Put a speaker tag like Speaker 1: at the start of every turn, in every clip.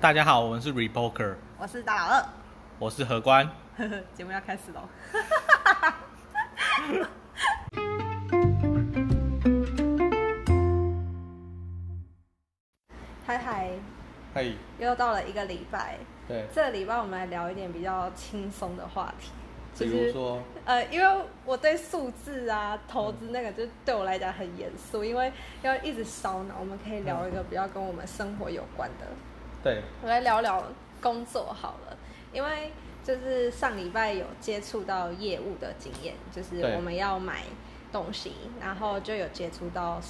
Speaker 1: 大家好，我们是 Repoker，
Speaker 2: 我是大老二
Speaker 1: 我是何官。
Speaker 2: 呵呵， 节目要开始喽。嗨嗨，
Speaker 1: 嘿，
Speaker 2: 又到了一个礼拜，
Speaker 1: 对，
Speaker 2: 这个礼拜我们来聊一点比较轻松的话题，
Speaker 1: 比如说，
Speaker 2: 呃，因为我对数字啊、投资那个，就对我来讲很严肃，因为要一直烧脑。我们可以聊一个比较跟我们生活有关的。
Speaker 1: 对，
Speaker 2: 我来聊聊工作好了，因为就是上礼拜有接触到业务的经验，就是
Speaker 1: 对
Speaker 2: 我们要买东西，然后就有接触到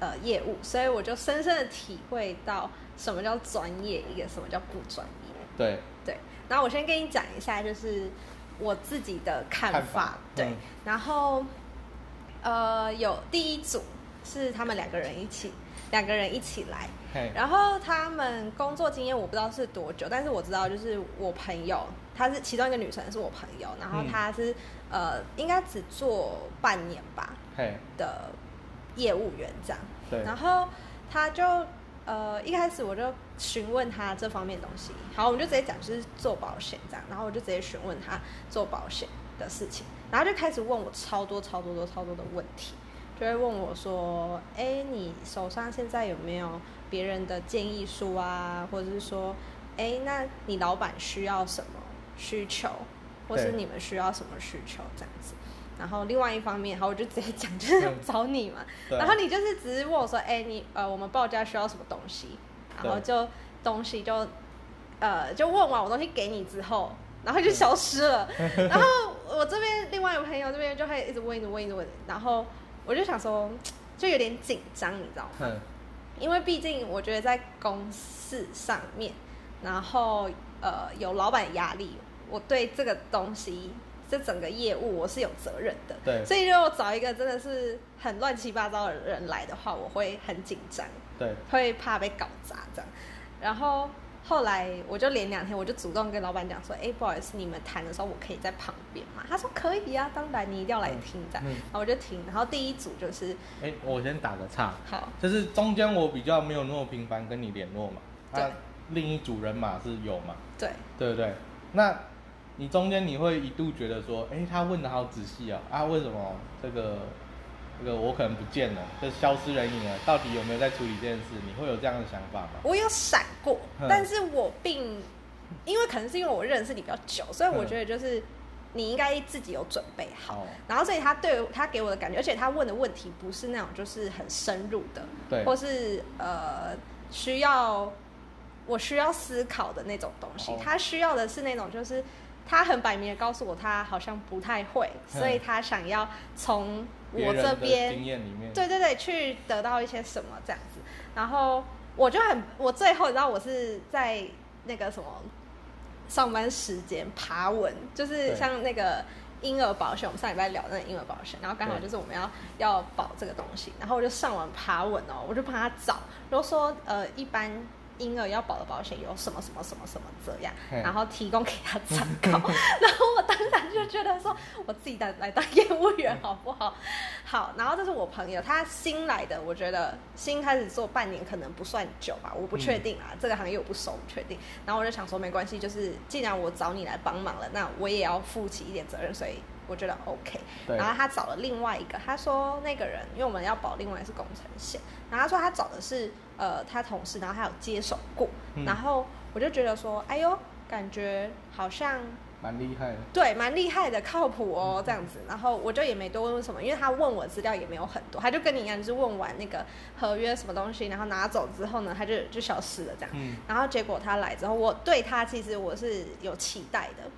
Speaker 2: 呃业务，所以我就深深的体会到什么叫专业，一个什么叫不专业。
Speaker 1: 对，
Speaker 2: 对，然后我先跟你讲一下，就是我自己的看法。
Speaker 1: 看法
Speaker 2: 对，
Speaker 1: 嗯
Speaker 2: 然后呃，有第一组是他们两个人一起，两个人一起来，
Speaker 1: 嘿，
Speaker 2: 然后他们工作经验我不知道是多久，但是我知道就是我朋友，她是其中一个女生是我朋友，然后
Speaker 1: 嗯
Speaker 2: 她是、呃应该只做半年吧
Speaker 1: 嘿，
Speaker 2: 的业务员这样，
Speaker 1: 对，
Speaker 2: 然后他就呃一开始我就询问他这方面的东西，好，我们就直接讲就是做保险这样，然后我就直接询问他做保险的事情，然后就开始问我超多超多多超多的问题，就会问我说，哎，你手上现在有没有别人的建议书啊，或者是说，哎，那你老板需要什么需求，或是
Speaker 1: 对
Speaker 2: 你们需要什么需求这样子。然后另外一方面，好，我就直接讲，就是
Speaker 1: 嗯
Speaker 2: 找你嘛。
Speaker 1: 对
Speaker 2: 然后你就是只是问我说，哎、你呃，我们报价需要什么东西？然后
Speaker 1: 对
Speaker 2: 就东西就呃就问完我东西给你之后，然后就消失了。然后我这边另外一个朋友这边就会一直问，一直问，一直问，然后我就想说，就有点紧张，你知道吗？
Speaker 1: 哼，
Speaker 2: 因为毕竟我觉得在公事上面，然后呃有老板压力，我对这个东西这整个业务我是有责任的。
Speaker 1: 对
Speaker 2: 所以如果找一个真的是很乱七八糟的人来的话，我会很紧张，
Speaker 1: 对，
Speaker 2: 会怕被搞砸这样。然后后来我就连两天，我就主动跟老板讲说：“哎，不好意思，你们谈的时候我可以在旁边嘛？”他说：“可以啊，当然你一定要来听这样。
Speaker 1: 嗯嗯
Speaker 2: 然后我就听，然后第一组就是
Speaker 1: 哎，我先打个岔，
Speaker 2: 好，
Speaker 1: 就是中间我比较没有那么频繁跟你联络嘛，
Speaker 2: 对
Speaker 1: 那另一组人马是有嘛，
Speaker 2: 对，
Speaker 1: 对不对？那你中间你会一度觉得说，哎，他问的好仔细哦，啊，为什么这个这个我可能不见了，就消失人影了，到底有没有在处理这件事？你会有这样的想法吗？
Speaker 2: 我有闪过
Speaker 1: 嗯，
Speaker 2: 但是我并因为可能是因为我认识你比较久，所以我觉得就是你应该自己有准备好。
Speaker 1: 哦
Speaker 2: 然后所以他对他给我的感觉，而且他问的问题不是那种就是很深入的，
Speaker 1: 对
Speaker 2: 或是呃需要我需要思考的那种东西。
Speaker 1: 哦
Speaker 2: 他需要的是那种就是他很摆明的告诉我他好像不太会，
Speaker 1: 嗯
Speaker 2: 所以他想要从
Speaker 1: 别
Speaker 2: 我
Speaker 1: 人
Speaker 2: 这
Speaker 1: 的
Speaker 2: 边
Speaker 1: 经验里面，
Speaker 2: 对对对，去得到一些什么这样子。然后我就很，我最后你知道我是在那个什么上班时间爬文，就是
Speaker 1: 对
Speaker 2: 像那个婴儿保险，我们上礼拜聊那个婴儿保险，然后刚好
Speaker 1: 对
Speaker 2: 就是我们要要保这个东西，然后我就上网爬文哦，我就帮他找，然后说呃一般。婴儿要保的保险有什么什么什么什么这样，
Speaker 1: 嗯
Speaker 2: 然后提供给他参考。然后我当然就觉得说，我自己当来当业务员好不好？好，然后这是我朋友，他新来的，我觉得新开始做半年可能不算久吧，我不确定啊，这个行业我不熟，不确定。然后我就想说，没关系，就是既然我找你来帮忙了，那我也要负起一点责任，所以我觉得 OK。
Speaker 1: 对
Speaker 2: 然后他找了另外一个，他说那个人，因为我们要保另外是工程险，然后他说他找的是呃他同事，然后他有接手过，
Speaker 1: 嗯
Speaker 2: 然后我就觉得说，哎呦，感觉好像
Speaker 1: 蛮厉害的。
Speaker 2: 对，蛮厉害的，靠谱
Speaker 1: 嗯
Speaker 2: 哦，这样子。然后我就也没多问什么，因为他问我资料也没有很多，他就跟你一样，就是问完那个合约什么东西，然后拿走之后呢，他就就消失了这样。
Speaker 1: 嗯
Speaker 2: 然后结果他来之后，我对他其实我是有期待的。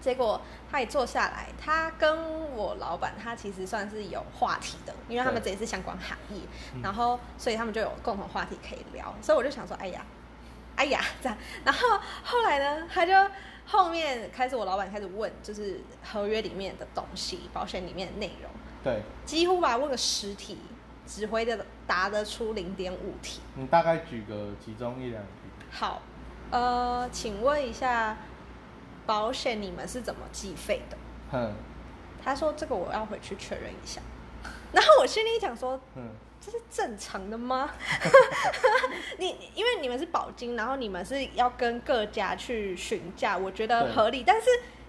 Speaker 2: 结果他一坐下来，他跟我老板他其实算是有话题的，因为他们这
Speaker 1: 对
Speaker 2: 也是相关行业
Speaker 1: 嗯，
Speaker 2: 然后所以他们就有共同话题可以聊，所以我就想说，哎呀，哎呀这样。然后后来呢，他就后面开始我老板开始问，就是合约里面的东西，保险里面的内容，
Speaker 1: 嗯对
Speaker 2: 几乎吧问个十题，只回的答得出零点五题。
Speaker 1: 你大概举个其中一两题。
Speaker 2: 好，呃，请问一下，保险你们是怎么计费的？
Speaker 1: 哼
Speaker 2: 他说这个我要回去确认一下。然后我心里想说，
Speaker 1: 哼，
Speaker 2: 这是正常的吗？ 你你因为你们是保金，然后你们是要跟各家去询价，我觉得
Speaker 1: 对
Speaker 2: 合理。但是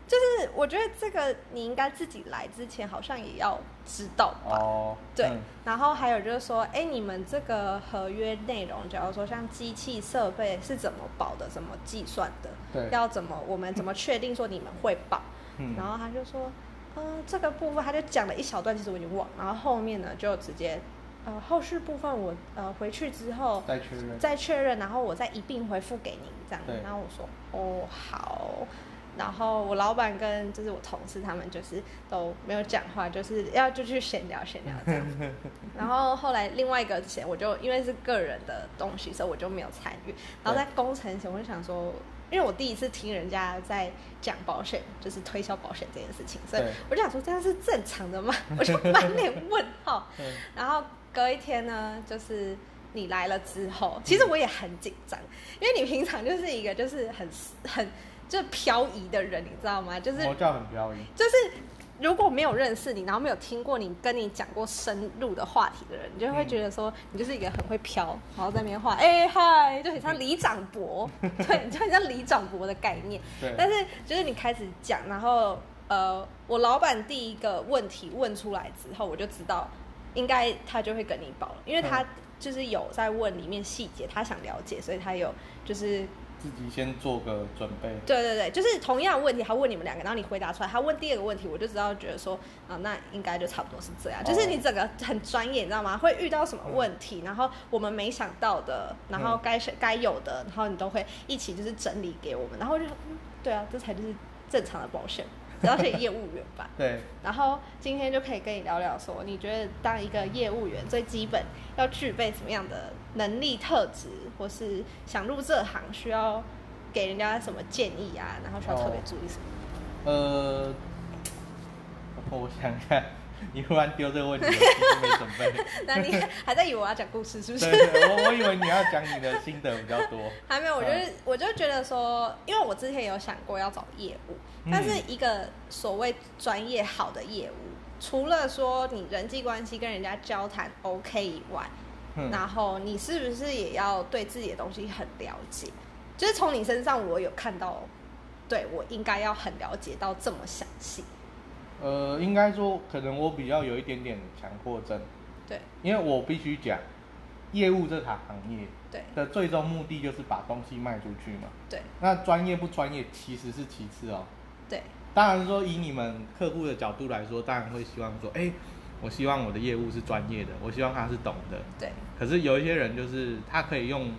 Speaker 2: 就是我觉得这个你应该自己来之前好像也要知道吧。
Speaker 1: 哦，
Speaker 2: 对
Speaker 1: 嗯，
Speaker 2: 然后还有就是说，哎，你们这个合约内容，假如说像机器设备是怎么保的，怎么计算的，
Speaker 1: 对，
Speaker 2: 要怎么我们怎么确定说你们会保？
Speaker 1: 嗯，
Speaker 2: 然后他就说，呃，这个部分他就讲了一小段，其实我已经忘了。然后后面呢就直接，呃，后续部分我呃回去之后
Speaker 1: 再确认，
Speaker 2: 再确认，然后我再一并回复给您这样
Speaker 1: 对。
Speaker 2: 然后我说，哦，好。然后我老板跟就是我同事他们就是都没有讲话，就是要就去闲聊闲聊 这样。然后后来另外一个险我就因为是个人的东西，所以我就没有参与。然后在工程险，我就想说，因为我第一次听人家在讲保险，就是推销保险这件事情，所以
Speaker 1: 对
Speaker 2: 我就想说这样是正常的吗？ 我就满脸问号。
Speaker 1: 嗯，
Speaker 2: 然后隔一天呢，就是你来了之后，其实我也很紧张，因为你平常就是一个就是很很就是漂移的人，你知道吗？就是
Speaker 1: 魔教很标移，
Speaker 2: 就是如果没有认识你，然后没有听过你跟你讲过深入的话题的人，你就会觉得说你就是一个很会飘，然后在那边画，哎、嗨，就很像李长博，对，就很像李长博的概念。
Speaker 1: 对，
Speaker 2: 但是就是你开始讲，然后呃，我老板第一个问题问出来之后，我就知道应该他就会跟你保了，因为他
Speaker 1: 嗯
Speaker 2: 就是有在问里面细节，他想了解，所以他有就是
Speaker 1: 自己先做个准备，
Speaker 2: 对对对，就是同样的问题，他问你们两个，然后你回答出来，他问第二个问题，我就知道觉得说啊，那应该就差不多是这样，
Speaker 1: 哦
Speaker 2: 就是你整个很专业，你知道吗？会遇到什么问题，然后我们没想到的，然后
Speaker 1: 嗯
Speaker 2: 该是该有的，然后你都会一起就是整理给我们，然后我就嗯，对啊，这才就是正常的保险，而且业务员吧。
Speaker 1: 对，
Speaker 2: 然后今天就可以跟你聊聊说，你觉得当一个业务员最基本要具备什么样的能力特质，或是想入这行需要给人家什么建议啊，然后需要
Speaker 1: 哦
Speaker 2: 特别注意什 么？
Speaker 1: 呃，我想看，你忽然丢这个问题，我其实没准 备。
Speaker 2: 那你还在以为我要讲故事是不是？
Speaker 1: 对，对我我以为你要讲你的心得比较多。
Speaker 2: 还没有，我就是、我就觉得说，因为我之前有想过要找业务，
Speaker 1: 嗯
Speaker 2: 但是一个所谓专业好的业务，除了说你人际关系跟人家交谈 OK 以外，
Speaker 1: 嗯，
Speaker 2: 然后你是不是也要对自己的东西很了解？就是从你身上，我有看到，对我应该要很了解到这么详细。
Speaker 1: 呃，应该说，可能我比较有一点点强迫症，
Speaker 2: 对
Speaker 1: 因为我必须讲，业务这行行业
Speaker 2: 对
Speaker 1: 的最终目的就是把东西卖出去嘛。
Speaker 2: 对
Speaker 1: 那专业不专业其实是其次哦。
Speaker 2: 对
Speaker 1: 当然说，以你们客户的角度来说，当然会希望说，哎、我希望我的业务是专业的，我希望他是懂的。
Speaker 2: 对
Speaker 1: 可是有一些人就是他可以用，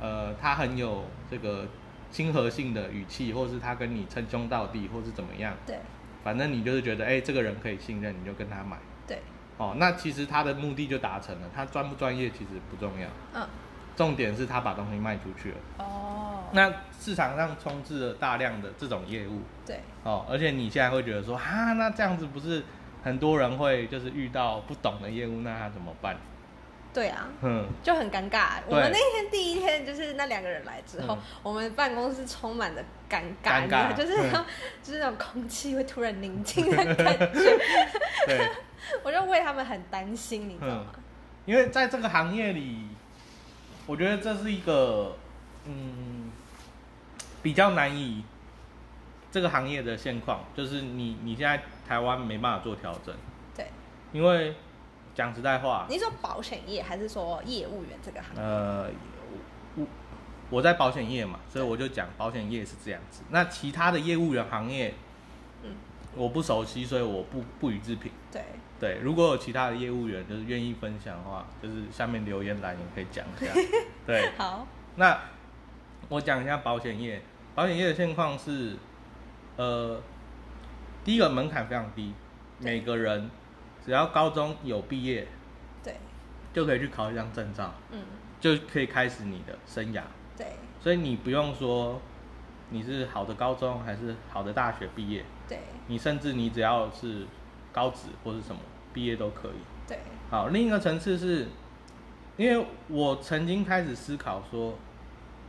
Speaker 1: 呃，他很有这个亲和性的语气，或是他跟你称兄道弟，或是怎么样，
Speaker 2: 对
Speaker 1: 反正你就是觉得，哎、这个人可以信任，你就跟他买。
Speaker 2: 对，
Speaker 1: 哦，那其实他的目的就达成了，他专不专业其实不重要，
Speaker 2: 嗯，
Speaker 1: 重点是他把东西卖出去了。
Speaker 2: 哦，
Speaker 1: 那市场上充斥了大量的这种业务，
Speaker 2: 对
Speaker 1: 哦，而且你现在会觉得说，哈，那这样子不是很多人会就是遇到不懂的业务，那他怎么办？
Speaker 2: 对啊。
Speaker 1: 嗯，
Speaker 2: 就很尴尬。我
Speaker 1: 对
Speaker 2: 们那天第一天就是那两个人来之后，
Speaker 1: 嗯
Speaker 2: 我们办公室充满了尴
Speaker 1: 尴尬嗯
Speaker 2: 尬，你知道就是那种、 就是那种空气会突然宁静 的感觉，
Speaker 1: 对。
Speaker 2: 我就为他们很担心，你知道吗？
Speaker 1: 因为在这个行业里，我觉得这是一个嗯比较难以这个行业的现况，就是你你现在台湾没办法做调整，
Speaker 2: 对，
Speaker 1: 因为讲实在话，
Speaker 2: 你是说保险业还是说业务员这个行业？
Speaker 1: 呃，我我在保险业嘛，所以我就讲保险业是这样子。那其他的业务员行业，
Speaker 2: 嗯，
Speaker 1: 我不熟悉，所以我不不予置评。
Speaker 2: 对，
Speaker 1: 对，如果有其他的业务员就是愿意分享的话，就是下面留言栏也可以讲一下。对，
Speaker 2: 好，
Speaker 1: 那我讲一下保险业，保险业的现况是，呃，第一个门槛非常低，每个人只要高中有毕业
Speaker 2: 对，
Speaker 1: 就可以去考一张证照，
Speaker 2: 嗯，
Speaker 1: 就可以开始你的生涯。
Speaker 2: 对，
Speaker 1: 所以你不用说你是好的高中还是好的大学毕业，
Speaker 2: 对，
Speaker 1: 你甚至你只要是高职或是什么毕业都可以。
Speaker 2: 对，
Speaker 1: 好，另一个层次是，因为我曾经开始思考说，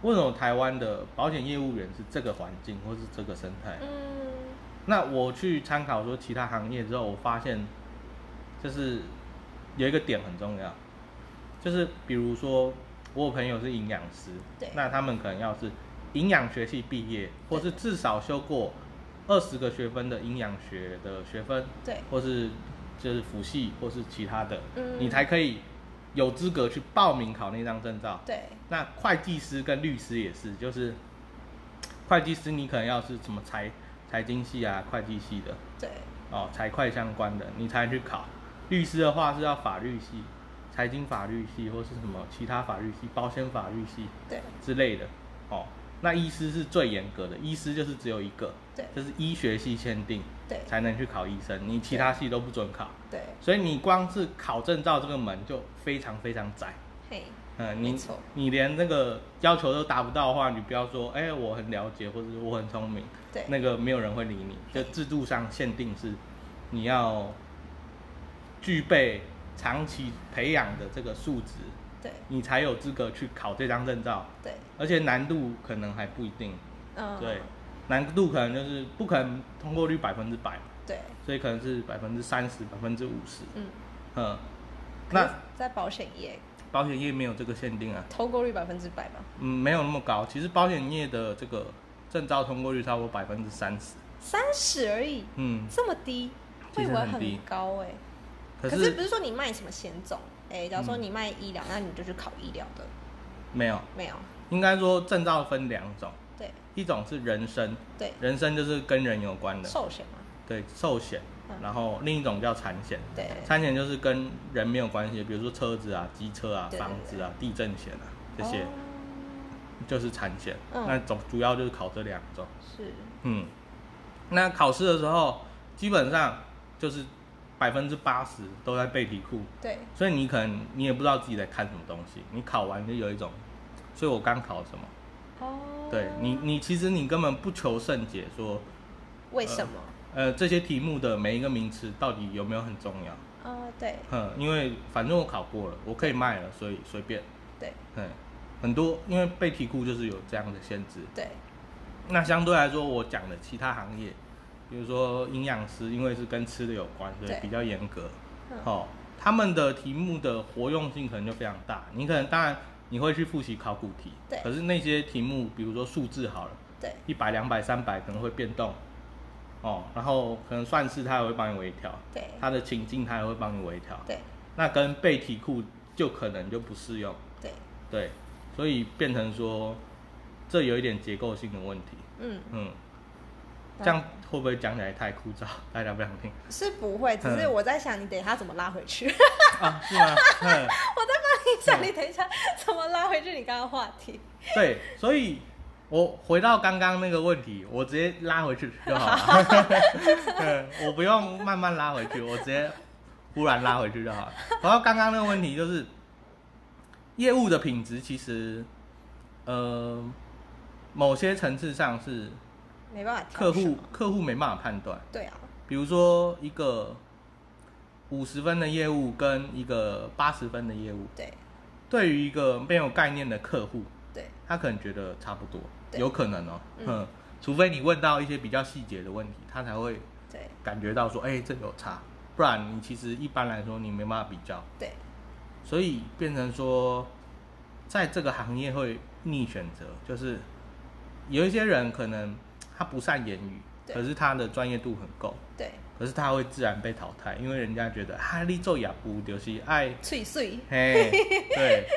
Speaker 1: 为什么台湾的保险业务员是这个环境或是这个生态？
Speaker 2: 嗯，
Speaker 1: 那我去参考说其他行业之后，我发现就是有一个点很重要，就是比如说我有朋友是营养师
Speaker 2: 对，
Speaker 1: 那他们可能要是营养学系毕业，或是至少修过二十个学分的营养学的学分，
Speaker 2: 对
Speaker 1: 或是就是辅系或是其他的，
Speaker 2: 嗯
Speaker 1: 你才可以有资格去报名考那张证照。
Speaker 2: 对
Speaker 1: 那会计师跟律师也是，就是会计师你可能要是什么财财经系啊、会计系的
Speaker 2: 对
Speaker 1: 哦，财会相关的，你才去考。律师的话是要法律系、财经法律系或是什么其他法律系、保险法律系
Speaker 2: 对
Speaker 1: 之类的哦。那医师是最严格的，医师就是只有一个，
Speaker 2: 对
Speaker 1: 就是医学系限定
Speaker 2: 对
Speaker 1: 才能去考医生，你其他系都不准考。
Speaker 2: 对，
Speaker 1: 所以你光是考证照这个门就非常非常窄。
Speaker 2: 嘿，
Speaker 1: 嗯，你
Speaker 2: 没错
Speaker 1: 你连那个要求都达不到的话，你不要说，哎、我很了解，或者我很聪明，
Speaker 2: 对
Speaker 1: 那个没有人会理你。就制度上限定是，你要具备长期培养的这个素质，
Speaker 2: 对
Speaker 1: 你才有资格去考这张证照，
Speaker 2: 对，
Speaker 1: 而且难度可能还不一定，
Speaker 2: 嗯，
Speaker 1: 对，难度可能就是不可能通过率百分之百，
Speaker 2: 对，
Speaker 1: 所以可能是百分之三十、百分之五十，
Speaker 2: 嗯，
Speaker 1: 嗯，
Speaker 2: 可是
Speaker 1: 那
Speaker 2: 在保险业
Speaker 1: 保险业没有这个限定啊。
Speaker 2: 投过率百分之百吗？
Speaker 1: 嗯，没有那么高。其实保险业的这个证照通过率超过百分之三十。
Speaker 2: 三十而已，
Speaker 1: 嗯，
Speaker 2: 这么低，
Speaker 1: 其
Speaker 2: 会
Speaker 1: 实
Speaker 2: 不会
Speaker 1: 很低
Speaker 2: 很高哎、
Speaker 1: 可
Speaker 2: 可
Speaker 1: 是
Speaker 2: 是不是说你卖什么险种？哎、假如说
Speaker 1: 嗯
Speaker 2: 你卖医疗，那你就去考医疗的，
Speaker 1: 没有，
Speaker 2: 没有？
Speaker 1: 应该说证照分两种，
Speaker 2: 对
Speaker 1: 一种是人身，
Speaker 2: 对，
Speaker 1: 人身就是跟人有关的，
Speaker 2: 寿险嘛，
Speaker 1: 对，寿险
Speaker 2: 嗯，
Speaker 1: 然后另一种叫产险。
Speaker 2: 对
Speaker 1: 产险就是跟人没有关系的，比如说车子啊、机车啊、
Speaker 2: 对对
Speaker 1: 房子啊、地震险啊这些，
Speaker 2: 哦
Speaker 1: 就是产险。
Speaker 2: 嗯
Speaker 1: 那总主要就是考这两种。
Speaker 2: 是，
Speaker 1: 嗯，那考试的时候基本上就是百分之八十都在背题库，
Speaker 2: 对
Speaker 1: 所以你可能你也不知道自己在看什么东西，你考完就有一种，所以我刚考什么？
Speaker 2: 哦，
Speaker 1: 对你，你其实你根本不求甚解说，
Speaker 2: 为什么？
Speaker 1: 呃，这些题目的每一个名词到底有没有很重要？
Speaker 2: 啊、对
Speaker 1: 哼，因为反正我考过了，我可以卖了，所以随便。
Speaker 2: 对
Speaker 1: 嗯，很多因为背题库就是有这样的限制。
Speaker 2: 对
Speaker 1: 那相对来说，我讲的其他行业，比如说营养师，因为是跟吃的有关，所以
Speaker 2: 对
Speaker 1: 比较严格。
Speaker 2: 嗯
Speaker 1: 哦，他们的题目的活用性可能就非常大。你可能当然你会去复习考古题，
Speaker 2: 对
Speaker 1: 可是那些题目，比如说数字好了，
Speaker 2: 对
Speaker 1: 一百、两百、三百可能会变动。哦，然后可能算式它也会帮你微调，
Speaker 2: 对
Speaker 1: 它的情境它也会帮你微调。
Speaker 2: 对
Speaker 1: 那跟背题库就可能就不适用。
Speaker 2: 对，
Speaker 1: 对，所以变成说，这有一点结构性的问题。
Speaker 2: 嗯，
Speaker 1: 嗯，
Speaker 2: 那
Speaker 1: 这样会不会讲起来太枯燥？大家不想听
Speaker 2: 是不会，只是
Speaker 1: 嗯
Speaker 2: 我在想你等一下怎么拉回去，
Speaker 1: 啊？是吗？ 嗯，
Speaker 2: 我在帮你想你等一下怎么拉回去你刚刚的话题。
Speaker 1: 对，所以我回到刚刚那个问题，我直接拉回去就好了。嗯，我不用慢慢拉回去，我直接忽然拉回去就好了。然后刚刚那个问题就是，业务的品质其实，呃，某些层次上是
Speaker 2: 没办法挑
Speaker 1: 客
Speaker 2: 什
Speaker 1: 户
Speaker 2: 么
Speaker 1: 客户没办法判断。
Speaker 2: 对啊，
Speaker 1: 比如说一个五十分的业务跟一个八十分的业务，
Speaker 2: 对
Speaker 1: 对于一个没有概念的客户，
Speaker 2: 对
Speaker 1: 他可能觉得差不多，
Speaker 2: 对
Speaker 1: 有可能哦，
Speaker 2: 嗯
Speaker 1: 嗯，除非你问到一些比较细节的问题，他才会
Speaker 2: 对
Speaker 1: 感觉到说，哎、这有差，不然你其实一般来说你没办法比较，
Speaker 2: 对
Speaker 1: 所以变成说，在这个行业会逆选择，就是有一些人可能他不善言语，
Speaker 2: 对
Speaker 1: 可是他的专业度很够，
Speaker 2: 对，
Speaker 1: 可是他会自然被淘汰，因为人家觉得啊，你做业务就是爱，
Speaker 2: 脆碎
Speaker 1: 嘿，对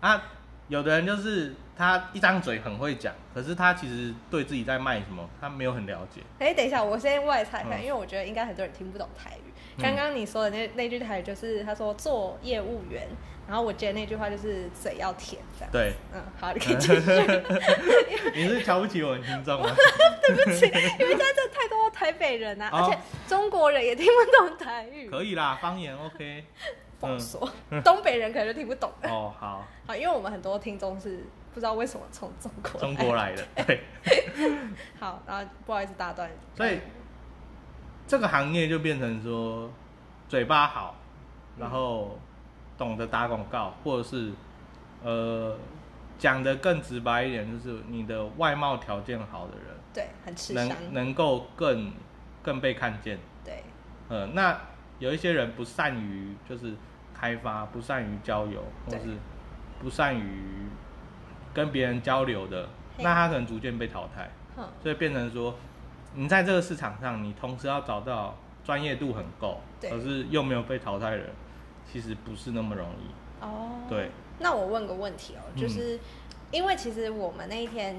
Speaker 1: 啊，有的人就是他一张嘴很会讲，可是他其实对自己在卖什么，他没有很了解。
Speaker 2: 哎、等一下，我先外插一下，
Speaker 1: 嗯
Speaker 2: 因为我觉得应该很多人听不懂台语。
Speaker 1: 嗯
Speaker 2: 刚刚你说的那那句台语就是他说做业务员，然后我接得那句话就是嘴要甜这样。
Speaker 1: 对，
Speaker 2: 嗯，好，你可以 继续。
Speaker 1: 你是瞧不起我们听众吗？
Speaker 2: 对不起，因为现在真的太多台北人啊，
Speaker 1: 哦
Speaker 2: 而且中国人也听不懂台语，
Speaker 1: 可以嗯啦，方言 OK。
Speaker 2: 不好说。东北人可能就听不懂。
Speaker 1: 哦，好，
Speaker 2: 好，因为我们很多听众是不知道为什么从中国
Speaker 1: 中国。来的，对，
Speaker 2: 好，然后不好意思打断你。
Speaker 1: 所以这个行业就变成说，嘴巴好，然后懂得打广告，或者是呃讲的更直白一点，就是你的外貌条件好的人，
Speaker 2: 对，很吃香。
Speaker 1: 能能够更更被看见。
Speaker 2: 对
Speaker 1: 呃，那有一些人不善于就是开发、不善于交友，或
Speaker 2: 对
Speaker 1: 是不善于跟别人交流的，
Speaker 2: 嘿
Speaker 1: 那他可能逐渐被淘汰。
Speaker 2: 哼，
Speaker 1: 所以变成说，你在这个市场上，你同时要找到专业度很够，
Speaker 2: 对
Speaker 1: 可是又没有被淘汰的人，其实不是那么容易。
Speaker 2: 哦，
Speaker 1: 对。
Speaker 2: 那我问个问题哦，
Speaker 1: 嗯
Speaker 2: 就是、因为其实我们那一天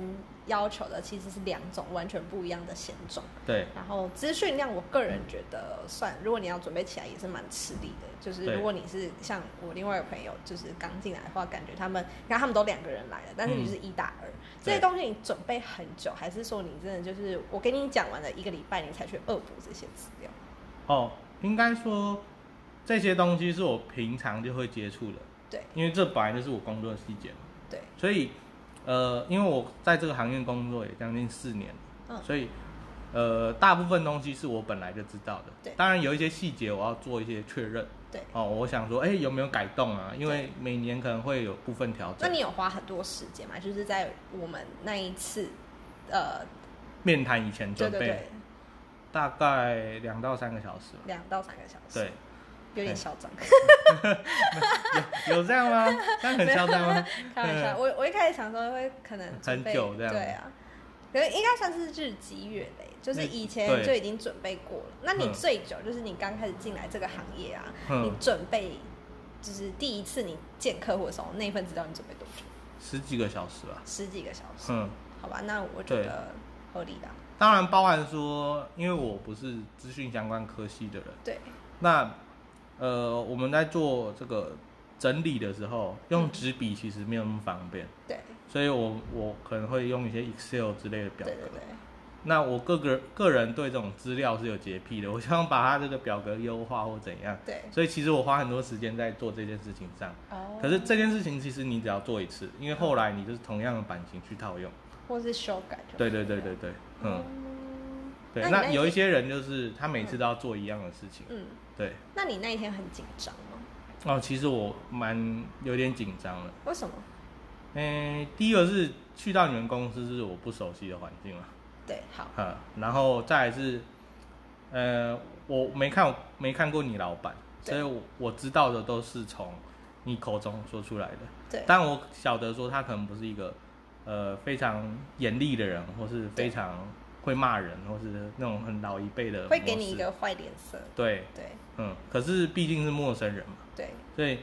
Speaker 2: 要求的其实是两种完全不一样的险种，
Speaker 1: 对，
Speaker 2: 然后资讯量，我个人觉得算，如果你要准备起来也是蛮吃力的。就是
Speaker 1: 对
Speaker 2: 如果你是像我另外一个朋友，就是刚进来的话，感觉他们，你看他们都两个人来了，但是你
Speaker 1: 嗯
Speaker 2: 就是一打二，这些
Speaker 1: 对
Speaker 2: 东西你准备很久，还是说你真的就是我跟你讲完了一个礼拜，你才去恶补这些资料？
Speaker 1: 哦，应该说这些东西是我平常就会接触的，
Speaker 2: 对
Speaker 1: 因为这本来就是我工作的细节嘛。
Speaker 2: 对，
Speaker 1: 所以，呃，因为我在这个行业工作也将近四年，
Speaker 2: 嗯
Speaker 1: 所以，呃，大部分东西是我本来就知道的。
Speaker 2: 对
Speaker 1: 当然有一些细节我要做一些确认。
Speaker 2: 对
Speaker 1: 哦，我想说，哎、有没有改动啊？因为
Speaker 2: 对
Speaker 1: 每年可能会有部分调
Speaker 2: 那
Speaker 1: 整。
Speaker 2: 你有花很多时间吗？就是在我们那一次，呃，
Speaker 1: 面谈以前
Speaker 2: 对
Speaker 1: 准
Speaker 2: 对
Speaker 1: 备
Speaker 2: 对，
Speaker 1: 大概两到三个小时 吧。
Speaker 2: 两到三个小时，
Speaker 1: 对，，
Speaker 2: 有点
Speaker 1: 嗯
Speaker 2: 嚣张。
Speaker 1: 有这样吗？这样很嚣张吗？
Speaker 2: 开玩笑，我我一开始想说会可能准
Speaker 1: 很
Speaker 2: 备
Speaker 1: 久这样
Speaker 2: 对啊，可能应该算是日积月累，就是
Speaker 1: 日
Speaker 2: 以前
Speaker 1: 对
Speaker 2: 就已经准备过了。那你
Speaker 1: 嗯
Speaker 2: 最久就是你刚开始进来这个行业啊，
Speaker 1: 嗯
Speaker 2: 你准备就是第一次你见客户的时候，那一份资料你准备多久？
Speaker 1: 十几个小时吧。
Speaker 2: 十几个小时？
Speaker 1: 嗯，
Speaker 2: 好吧，那我觉
Speaker 1: 对
Speaker 2: 得合理啦。
Speaker 1: 当然包含说，因为我不是资讯相关科系的人。
Speaker 2: 对，
Speaker 1: 那呃，我们在做这个整理的时候，用纸笔其实没有那么方便，
Speaker 2: 对，
Speaker 1: 所以我我可能会用一些 Excel 之类的表
Speaker 2: 对
Speaker 1: 格。
Speaker 2: 对对，
Speaker 1: 那我个个个人对这种资料是有洁癖的，我 希望把它这个表格优化或怎样。
Speaker 2: 对
Speaker 1: 所以其实我花很多时间在做这件事情上。
Speaker 2: 哦
Speaker 1: 可是这件事情其实你只要做一次，因为后来你就是同样的版型去套用。
Speaker 2: 或是修改就
Speaker 1: 对
Speaker 2: 可以
Speaker 1: 对对
Speaker 2: 了
Speaker 1: 对，对，嗯
Speaker 2: 嗯，，
Speaker 1: 对。
Speaker 2: 你
Speaker 1: 那
Speaker 2: 一
Speaker 1: 有一
Speaker 2: 天，
Speaker 1: 些人就是他每次都要做一样的事情，
Speaker 2: 嗯，
Speaker 1: 对。
Speaker 2: 那你那一天很紧张吗？
Speaker 1: 哦，其实我蛮有点紧张的。
Speaker 2: 为什么？
Speaker 1: 嗯、第一个是去到你们公司是我不熟悉的环境啊嘛，
Speaker 2: 对，好，
Speaker 1: 哈，嗯然后再来是，呃，我没看没看过你老板，
Speaker 2: 对
Speaker 1: 所以我我知道的都是从你口中说出来的。
Speaker 2: 对，
Speaker 1: 但我晓得说他可能不是一个呃非常严厉的人，或是
Speaker 2: 对
Speaker 1: 非常会骂人，或是那种很老一辈的模式。
Speaker 2: 会给你一个坏脸色。
Speaker 1: 对，
Speaker 2: 对
Speaker 1: 嗯，可是毕竟是陌生人嘛。
Speaker 2: 对
Speaker 1: 所以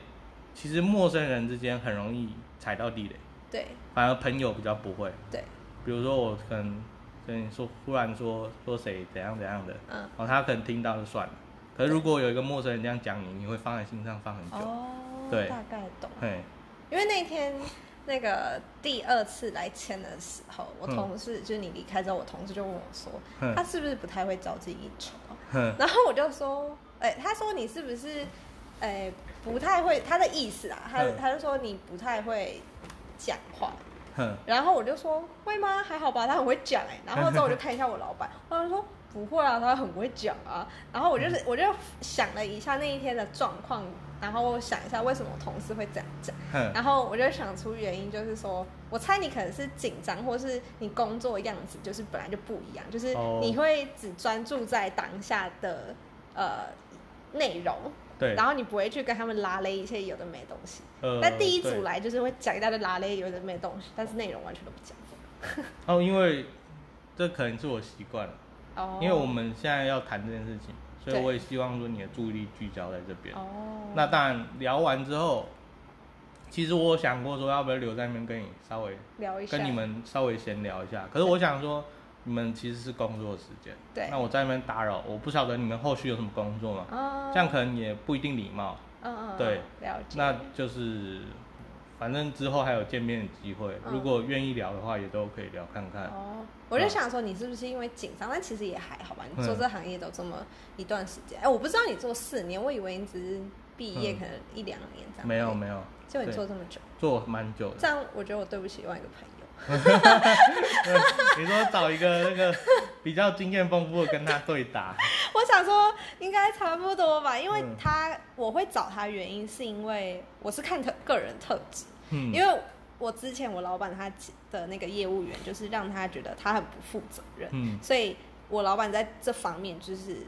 Speaker 1: 其实陌生人之间很容易踩到地雷，
Speaker 2: 对
Speaker 1: 反而朋友比较不会。
Speaker 2: 对，
Speaker 1: 比如说我可能跟你说，忽然说说谁怎样怎样的，
Speaker 2: 嗯，
Speaker 1: 然后哦他可能听到就算了。可是如果有一个陌生人这样讲你，你会放在心上放很久。
Speaker 2: 哦，
Speaker 1: 对
Speaker 2: 大概懂。
Speaker 1: 嘿，
Speaker 2: 因为那天那个第二次来签的时候，我同事、就是你离开之后，我同事就问我说，
Speaker 1: 嗯
Speaker 2: 他是不是不太会交际应酬啊？
Speaker 1: 哼，
Speaker 2: 然后我就说，哎、他说你是不是，哎、不太会，他的意思啊，他
Speaker 1: 嗯
Speaker 2: 他就说你不太会讲话。
Speaker 1: 哼，
Speaker 2: 然后我就说会吗？还好吧，他很会讲哎、然后之后我就看一下我老板，我老板说不会啊，他很会讲啊。然后我
Speaker 1: 嗯
Speaker 2: 就是我就想了一下那一天的状况，然后想一下为什么我同事会这样讲，
Speaker 1: 哼，
Speaker 2: 然后我就想出原因，就是说我猜你可能是紧张，或是你工作样子就是本来就不一样，就是
Speaker 1: 哦
Speaker 2: 你会只专注在当下的呃内容，
Speaker 1: 对。
Speaker 2: 然后你不会去跟他们拉勒一些有的没的东西。
Speaker 1: 呃
Speaker 2: 但第一
Speaker 1: 对
Speaker 2: 组来就是会讲一大堆拉嘞有的没的东西，但是内容完全都不讲。
Speaker 1: 哦，因为这可能是我习惯了，
Speaker 2: 哦
Speaker 1: 因为我们现在要谈这件事情，所以
Speaker 2: 对
Speaker 1: 我也希望说你的注意力聚焦在这边。
Speaker 2: 哦，
Speaker 1: 那当然聊完之后，其实我有想过说要不要留在那边跟你稍微
Speaker 2: 聊一下
Speaker 1: 跟你们稍微闲聊一下。可是我想说，你们其实是工作时间，
Speaker 2: 对
Speaker 1: 那我在那边打扰，我不晓得你们后续有什么工作嘛，
Speaker 2: 哦，
Speaker 1: 这样可能也不一定礼貌。
Speaker 2: 嗯嗯嗯
Speaker 1: 对
Speaker 2: 了解
Speaker 1: 那就是，反正之后还有见面的机会，
Speaker 2: 嗯
Speaker 1: 如果愿意聊的话，也都可以聊看看。
Speaker 2: 哦，我就想说你是不是因为紧张，但其实也还好吧。你做
Speaker 1: 呃嗯
Speaker 2: 这行业都这么一段时间，哎，我不知道你做四年，我以为你只是毕业
Speaker 1: 嗯
Speaker 2: 可能一两年这样。
Speaker 1: 没有没有，
Speaker 2: 就你
Speaker 1: 对
Speaker 2: 做这么久，
Speaker 1: 做蛮久的
Speaker 2: 这。样我觉得我对不起另外一个朋友。
Speaker 1: 你说找一个那个比较经验丰富的跟他对 打，
Speaker 2: 我想说应该差不多吧，因为
Speaker 1: 嗯
Speaker 2: 他、我会找他原因是因为我是看特个人特质，
Speaker 1: 嗯，
Speaker 2: 因为我之前我老板他的那个业务员，就是让他觉得他很不负责任，
Speaker 1: 嗯
Speaker 2: 所以
Speaker 1: 嗯
Speaker 2: 我老板在这方面就是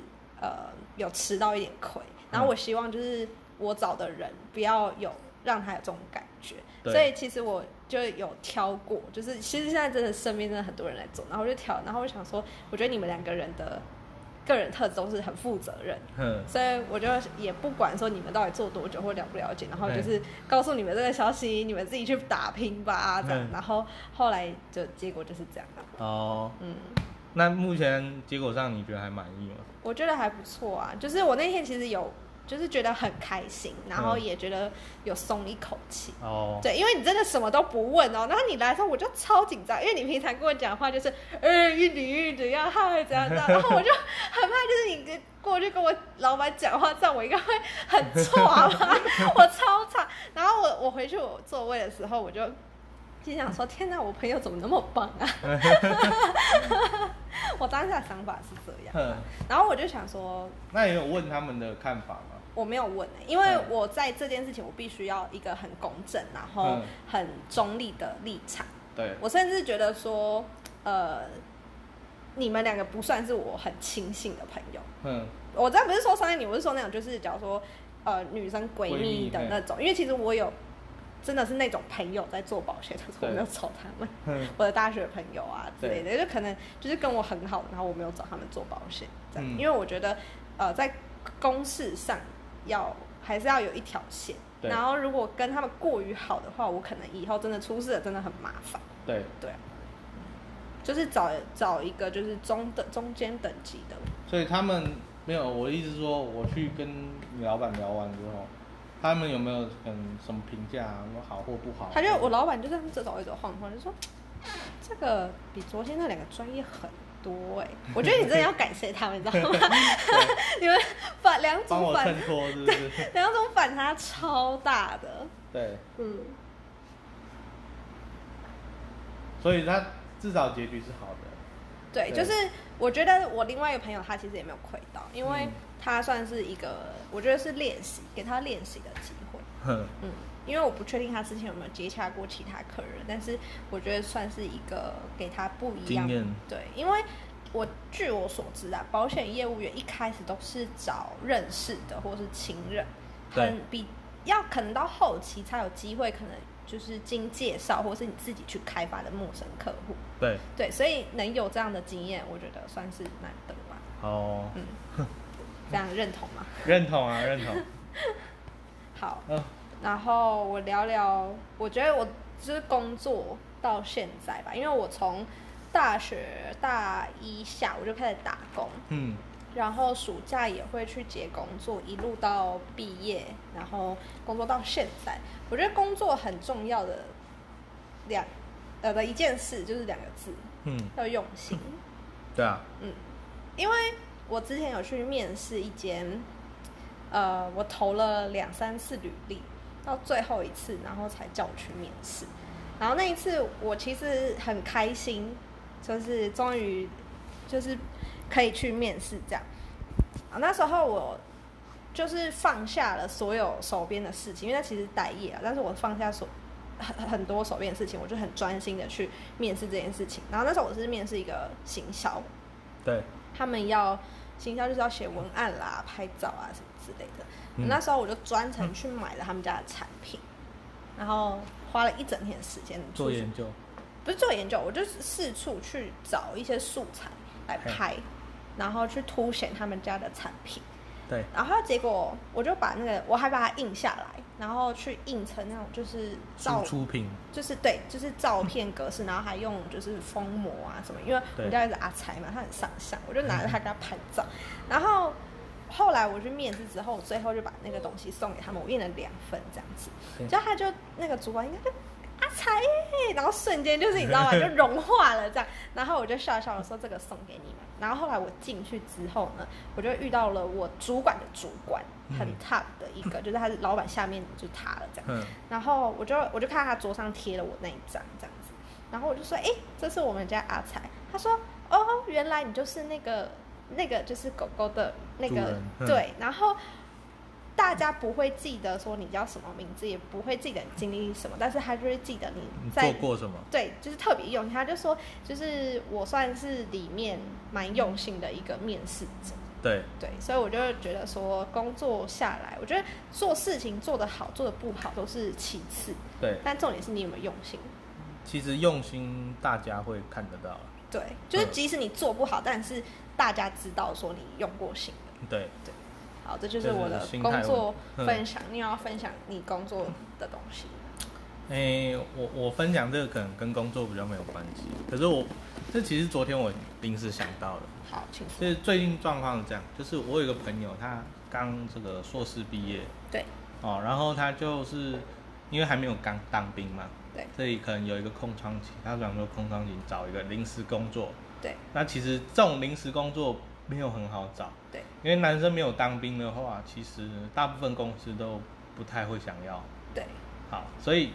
Speaker 2: 呃有吃到一点亏。然后我希望就是我找的人不要有让他有这种感觉。
Speaker 1: 对
Speaker 2: 所以其实我就有挑过，就是其实现在真的身边真的很多人来做，然后我就挑，然后我想说，我觉得你们两个人的个人特质都是很负责任，
Speaker 1: 哼，
Speaker 2: 所以我就也不管说你们到底做多久或了不了解，然后就是告诉你们这个消息，你们自己去打拼吧，这样
Speaker 1: 嗯。
Speaker 2: 然后后来就结果就是这样啊
Speaker 1: 哦，
Speaker 2: 嗯，
Speaker 1: 那目前结果上你觉得还满意吗？
Speaker 2: 我觉得还不错啊，就是我那天其实有就是觉得很开心，然后
Speaker 1: 嗯
Speaker 2: 也觉得有松一口气。
Speaker 1: 哦，
Speaker 2: 对，因为你真的什么都不问哦，然后你来的时候我就超紧张，因为你平常跟我讲话就是，呃，玉女玉女要嗨怎样怎样，然后我就很怕就是你跟过去跟我老板讲话，这样我应该会很错啊，我超差。然后我我回去我座位的时候，我就心想说，天哪，我朋友怎么那么棒啊！ 我当下想法是这样，
Speaker 1: 哼，
Speaker 2: 然后我就想说，
Speaker 1: 那你有问他们的看法吗？
Speaker 2: 我没有问、欸，因为
Speaker 1: 嗯
Speaker 2: 我在这件事情，我必须要一个很公正，然后
Speaker 1: 嗯
Speaker 2: 很中立的立场。
Speaker 1: 对，
Speaker 2: 我甚至觉得说，呃，你们两个不算是我很亲信的朋友。
Speaker 1: 哼，
Speaker 2: 我这样不是说伤害你，我是说那种就是假如说，呃，女生闺
Speaker 1: 闺蜜
Speaker 2: 蜜的那种，因为其实我有真的是那种朋友在做保险，但是我
Speaker 1: 对
Speaker 2: 没有找他们，
Speaker 1: 哼，
Speaker 2: 我的大学朋友啊之类的，就可能就是跟我很好，然后我没有找他们做保险，这样，
Speaker 1: 嗯
Speaker 2: 因为我觉得呃在公事上要还是要有一条线，
Speaker 1: 对
Speaker 2: 然后如果跟他们过于好的话，我可能以后真的出事了真的很麻烦，
Speaker 1: 对，
Speaker 2: 对啊，就是找找一个就是中等中间等级的，
Speaker 1: 所以他们没有，我的意思是说，我去跟你老板聊完之后，他们有没有嗯什么评价、啊，好或不好？
Speaker 2: 他就我老板就这样子走一走晃一晃，就说嗯这个比昨天那两个专业很 多哎、我觉得你真的要感谢他们，你知道吗？ 你们反两
Speaker 1: 帮
Speaker 2: 组
Speaker 1: 我
Speaker 2: 反
Speaker 1: 衬托，是不是？
Speaker 2: 两种反差超大的，
Speaker 1: 对，
Speaker 2: 嗯，
Speaker 1: 所以他至少结局是好的。
Speaker 2: 对，
Speaker 1: 对
Speaker 2: 就是我觉得我另外一个朋友他其实也没有亏到，因为
Speaker 1: 嗯
Speaker 2: 他算是一个我觉得是练习给他练习的机会，
Speaker 1: 哼，
Speaker 2: 嗯，因为我不确定他之前有没有接洽过其他客人，但是我觉得算是一个给他不一样
Speaker 1: 经验
Speaker 2: 对，因为我据我所知啊，保险业务员一开始都是找认识的或是情人，
Speaker 1: 对
Speaker 2: 很比要可能到后期才有机会，可能就是经介绍或是你自己去开发的陌生客户。
Speaker 1: 对，
Speaker 2: 对，所以能有这样的经验，我觉得算是难得吧。
Speaker 1: 哦，
Speaker 2: 嗯，这样认同吗？
Speaker 1: 认同啊，认同。
Speaker 2: 好，
Speaker 1: 嗯，
Speaker 2: 然后我聊聊，我觉得我就是工作到现在吧，因为我从大学大一下我就开始打工，
Speaker 1: 嗯，
Speaker 2: 然后暑假也会去接工作，一路到毕业，然后工作到现在。我觉得工作很重要的两呃的一件事就是两个字，
Speaker 1: 嗯，
Speaker 2: 要用心。
Speaker 1: 对啊，
Speaker 2: 嗯，因为我之前有去面试一间，呃，我投了两三次履历，到最后一次，然后才叫我去面试。然后那一次我其实很开心，就是终于就是可以去面试这样。啊，那时候我就是放下了所有手边的事情，因为那其实待业啊，但是我放下所很很多手边的事情，我就很专心的去面试这件事情。然后那时候我是面试一个行销，
Speaker 1: 对，
Speaker 2: 他们要行销就是要写文案啦、拍照啊什么之类的。
Speaker 1: 嗯
Speaker 2: 那时候我就专程去买了他们家的产品，然后花了一整天的时间
Speaker 1: 做
Speaker 2: 出去
Speaker 1: 研究。
Speaker 2: 不是做研究，我就是四处去找一些素材来拍，然后去凸显他们家的产品。
Speaker 1: 对，
Speaker 2: 然后结果我就把那个我还把它印下来，然后去印成那种就是照
Speaker 1: 输出品。
Speaker 2: 就是对，就是照片格
Speaker 1: 嗯
Speaker 2: 式，然后还用就是封膜啊什么，因为我
Speaker 1: 对
Speaker 2: 们家是阿才嘛，他很上相，我就拿着它给他拍照。然后后来我去面试之后，我最后就把那个东西送给他们，我印了两份这样子。
Speaker 1: 对
Speaker 2: 然后他就那个主管应该就阿才耶，然后瞬间就是你知道吗，就 融化了这样。然后我就笑笑的说这个送给你们。然后后来我进去之后呢，我就遇到了我主管的主管，很
Speaker 1: 嗯
Speaker 2: top 的一个，就是他是老板下面就是他了这样。
Speaker 1: 嗯，
Speaker 2: 然后我就我就看他桌上贴了我那一张这样子，然后我就说，哎、这是我们家阿才。他说，哦，原来你就是那个那个就是狗狗的那
Speaker 1: 主
Speaker 2: 个
Speaker 1: 人嗯
Speaker 2: 对，然后。大家不会记得说你叫什么名字，也不会记得你经历什么，但是他就会记得你
Speaker 1: 你
Speaker 2: 在
Speaker 1: 做过什么？
Speaker 2: 对，就是特别用心。他就说，就是我算是里面蛮用心的一个面试者，
Speaker 1: 对，
Speaker 2: 对，所以我就觉得说，工作下来，我觉得做事情做得好，做得不好都是其次，
Speaker 1: 对，
Speaker 2: 但重点是你有没有用心。
Speaker 1: 其实用心大家会看得到啊，
Speaker 2: 对，就是
Speaker 1: 嗯
Speaker 2: 即使你做不好，但是大家知道说你用过心了。
Speaker 1: 对，
Speaker 2: 好，这就
Speaker 1: 这
Speaker 2: 是
Speaker 1: 是
Speaker 2: 我的
Speaker 1: 心态
Speaker 2: 工作
Speaker 1: 问题嗯
Speaker 2: 分享。你要分享你工作的东西。
Speaker 1: 诶、我我分享这个可能跟工作比较没有关系，可是我这其实昨天我临时想到的，
Speaker 2: 好，请说。
Speaker 1: 就是最近状况是这样，就是我有一个朋友，他刚这个硕士毕业
Speaker 2: 对
Speaker 1: 哦，然后他就是因为还没有刚当兵嘛，
Speaker 2: 对
Speaker 1: 这里可能有一个空窗期，他想说空窗期找一个临时工作，
Speaker 2: 对
Speaker 1: 那其实这种临时工作没有很好找，
Speaker 2: 对
Speaker 1: 因为男生没有当兵的话，其实大部分公司都不太会想要。
Speaker 2: 对
Speaker 1: 好，所以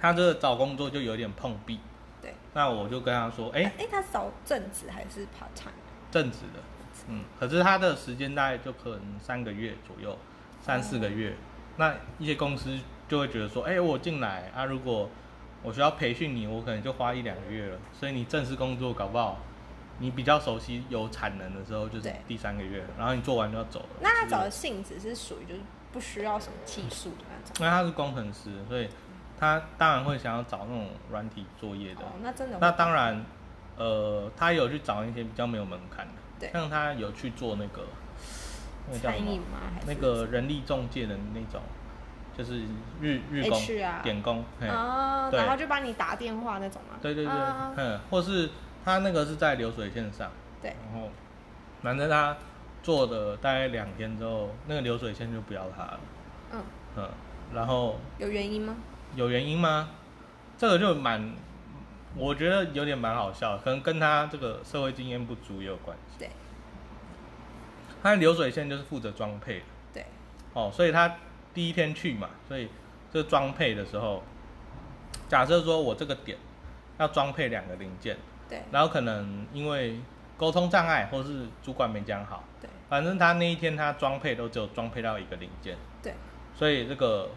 Speaker 1: 他这个找工作就有点碰壁。
Speaker 2: 对。
Speaker 1: 那我就跟他说，哎、
Speaker 2: 哎、他找正职还是 part time？
Speaker 1: 正职的，嗯，可是他的时间大概就可能三个月左右，三四个月。那一些公司就会觉得说，哎、我进来啊，如果我需要培训你，我可能就花一两个月了。所以你正式工作搞不好，你比较熟悉有产能的时候就是
Speaker 2: 对
Speaker 1: 第三个月，然后你做完就要走了。
Speaker 2: 那
Speaker 1: 就
Speaker 2: 他
Speaker 1: 是
Speaker 2: 找的性质是属于就是不需要什么技术的那种。
Speaker 1: 因为他是工程师，所以他当然会想要找那种软体作业的。
Speaker 2: 哦，那真的
Speaker 1: 那
Speaker 2: 会
Speaker 1: 当然，呃，他有去找一些比较没有门槛的
Speaker 2: 对，
Speaker 1: 像他有去做那个那个叫
Speaker 2: 餐
Speaker 1: 什
Speaker 2: 饮
Speaker 1: 么？
Speaker 2: 吗？还是
Speaker 1: 那个人力中介的那种，就是日日工
Speaker 2: HR
Speaker 1: 点工，嘿，
Speaker 2: 啊，
Speaker 1: 对
Speaker 2: 然后就帮你打电话那种吗？
Speaker 1: 对对对
Speaker 2: 啊，
Speaker 1: 嗯，或是他那个是在流水线上，
Speaker 2: 对
Speaker 1: 然后反正他做的大概两天之后，那个流水线就不要他了，
Speaker 2: 嗯，
Speaker 1: 嗯，然后
Speaker 2: 有原因吗？
Speaker 1: 有原因吗？这个就蛮，我觉得有点蛮好笑的，可能跟他这个社会经验不足也有关系。
Speaker 2: 对
Speaker 1: 他的流水线就是负责装配的
Speaker 2: 对
Speaker 1: 哦，所以他第一天去嘛，所以这装配的时候，假设说我这个点要装配两个零件，
Speaker 2: 对
Speaker 1: 然后可能因为沟通障碍或是主管没讲好，
Speaker 2: 对
Speaker 1: 反正他那一天他装配都只有装配到一个零件，
Speaker 2: 对
Speaker 1: 所以这个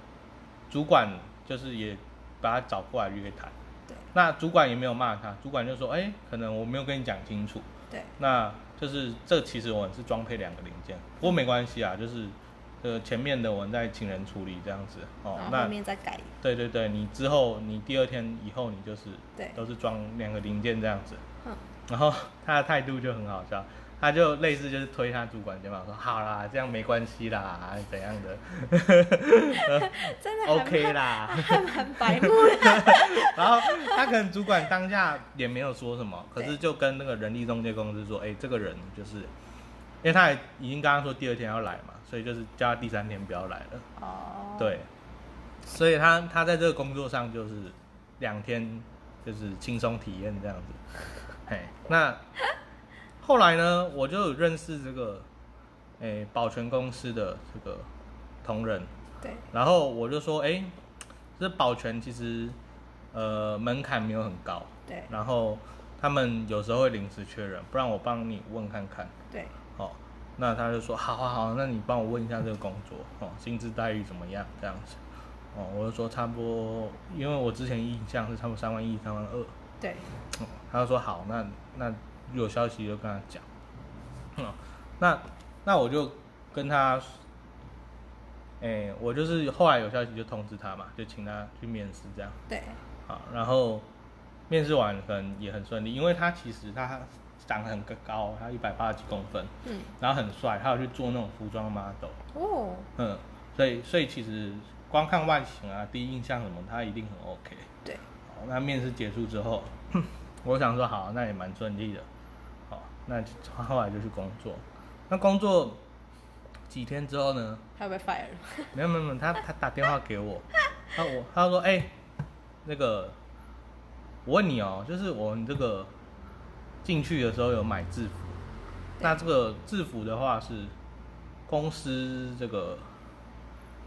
Speaker 1: 主管就是也把他找过来约谈。
Speaker 2: 对
Speaker 1: 那主管也没有骂他，主管就说：“哎、可能我没有跟你讲清楚，
Speaker 2: 对
Speaker 1: 那就是这其实我们是装配两个零件，不过没关系啊，就是呃前面的我们再请人处理这样子哦。
Speaker 2: 然后后
Speaker 1: 那
Speaker 2: 面再改。
Speaker 1: 对对对，你之后你第二天以后你就是
Speaker 2: 对
Speaker 1: 都是装两个零件这样子，
Speaker 2: 嗯，
Speaker 1: 然后他的态度就很好笑。”他就类似就是推他主管肩膀说：“好啦，这样没关系啦，怎样的
Speaker 2: 真的还
Speaker 1: ，OK
Speaker 2: 蛮
Speaker 1: 啦。”
Speaker 2: 还蛮白目 的。
Speaker 1: 然后他可能主管当下也没有说什么，可
Speaker 2: 对
Speaker 1: 是就跟那个人力中介公司说，哎、这个人就是，因为他也已经刚刚说第二天要来嘛，所以就是叫他第三天不要来了。
Speaker 2: 哦，
Speaker 1: 对，所以他他在这个工作上就是两天就是轻松体验这样子。嘿，那后来呢，我就有认识这个，哎、保全公司的这个同仁，
Speaker 2: 对
Speaker 1: 然后我就说，哎、这保全其实呃门槛没有很高，
Speaker 2: 对
Speaker 1: 然后他们有时候会临时缺人，不然我帮你问看看。
Speaker 2: 对
Speaker 1: 哦，那他就说，好啊好啊，那你帮我问一下这个工作哦，薪资待遇怎么样这样子。哦，我就说差不多，因为我之前印象是差不多三万一、三万二。
Speaker 2: 对
Speaker 1: 哦他就说好，那那有消息就跟他讲。哦那那我就跟他，哎、我就是后来有消息就通知他嘛，就请他去面试这样。
Speaker 2: 对
Speaker 1: 好，然后面试完可能也很顺利，因为他其实他长得很高，他一百八十几公分，
Speaker 2: 嗯，
Speaker 1: 然后很帅，他有去做那种服装 model，
Speaker 2: 哦，
Speaker 1: 嗯，所以所以其实光看外形啊、第一印象什么，他一定很 OK。
Speaker 2: 对
Speaker 1: 好，那面试结束之后，我想说好，那也蛮顺利的。好，那就后来就去工作。那工作几天之后 呢？
Speaker 2: 他会被 fire 了。
Speaker 1: 没有没有没有，他他打电话给我，他我他说哎、那个我问你哦，就是我们这个进去的时候有买制服，那这个制服的话是公司这个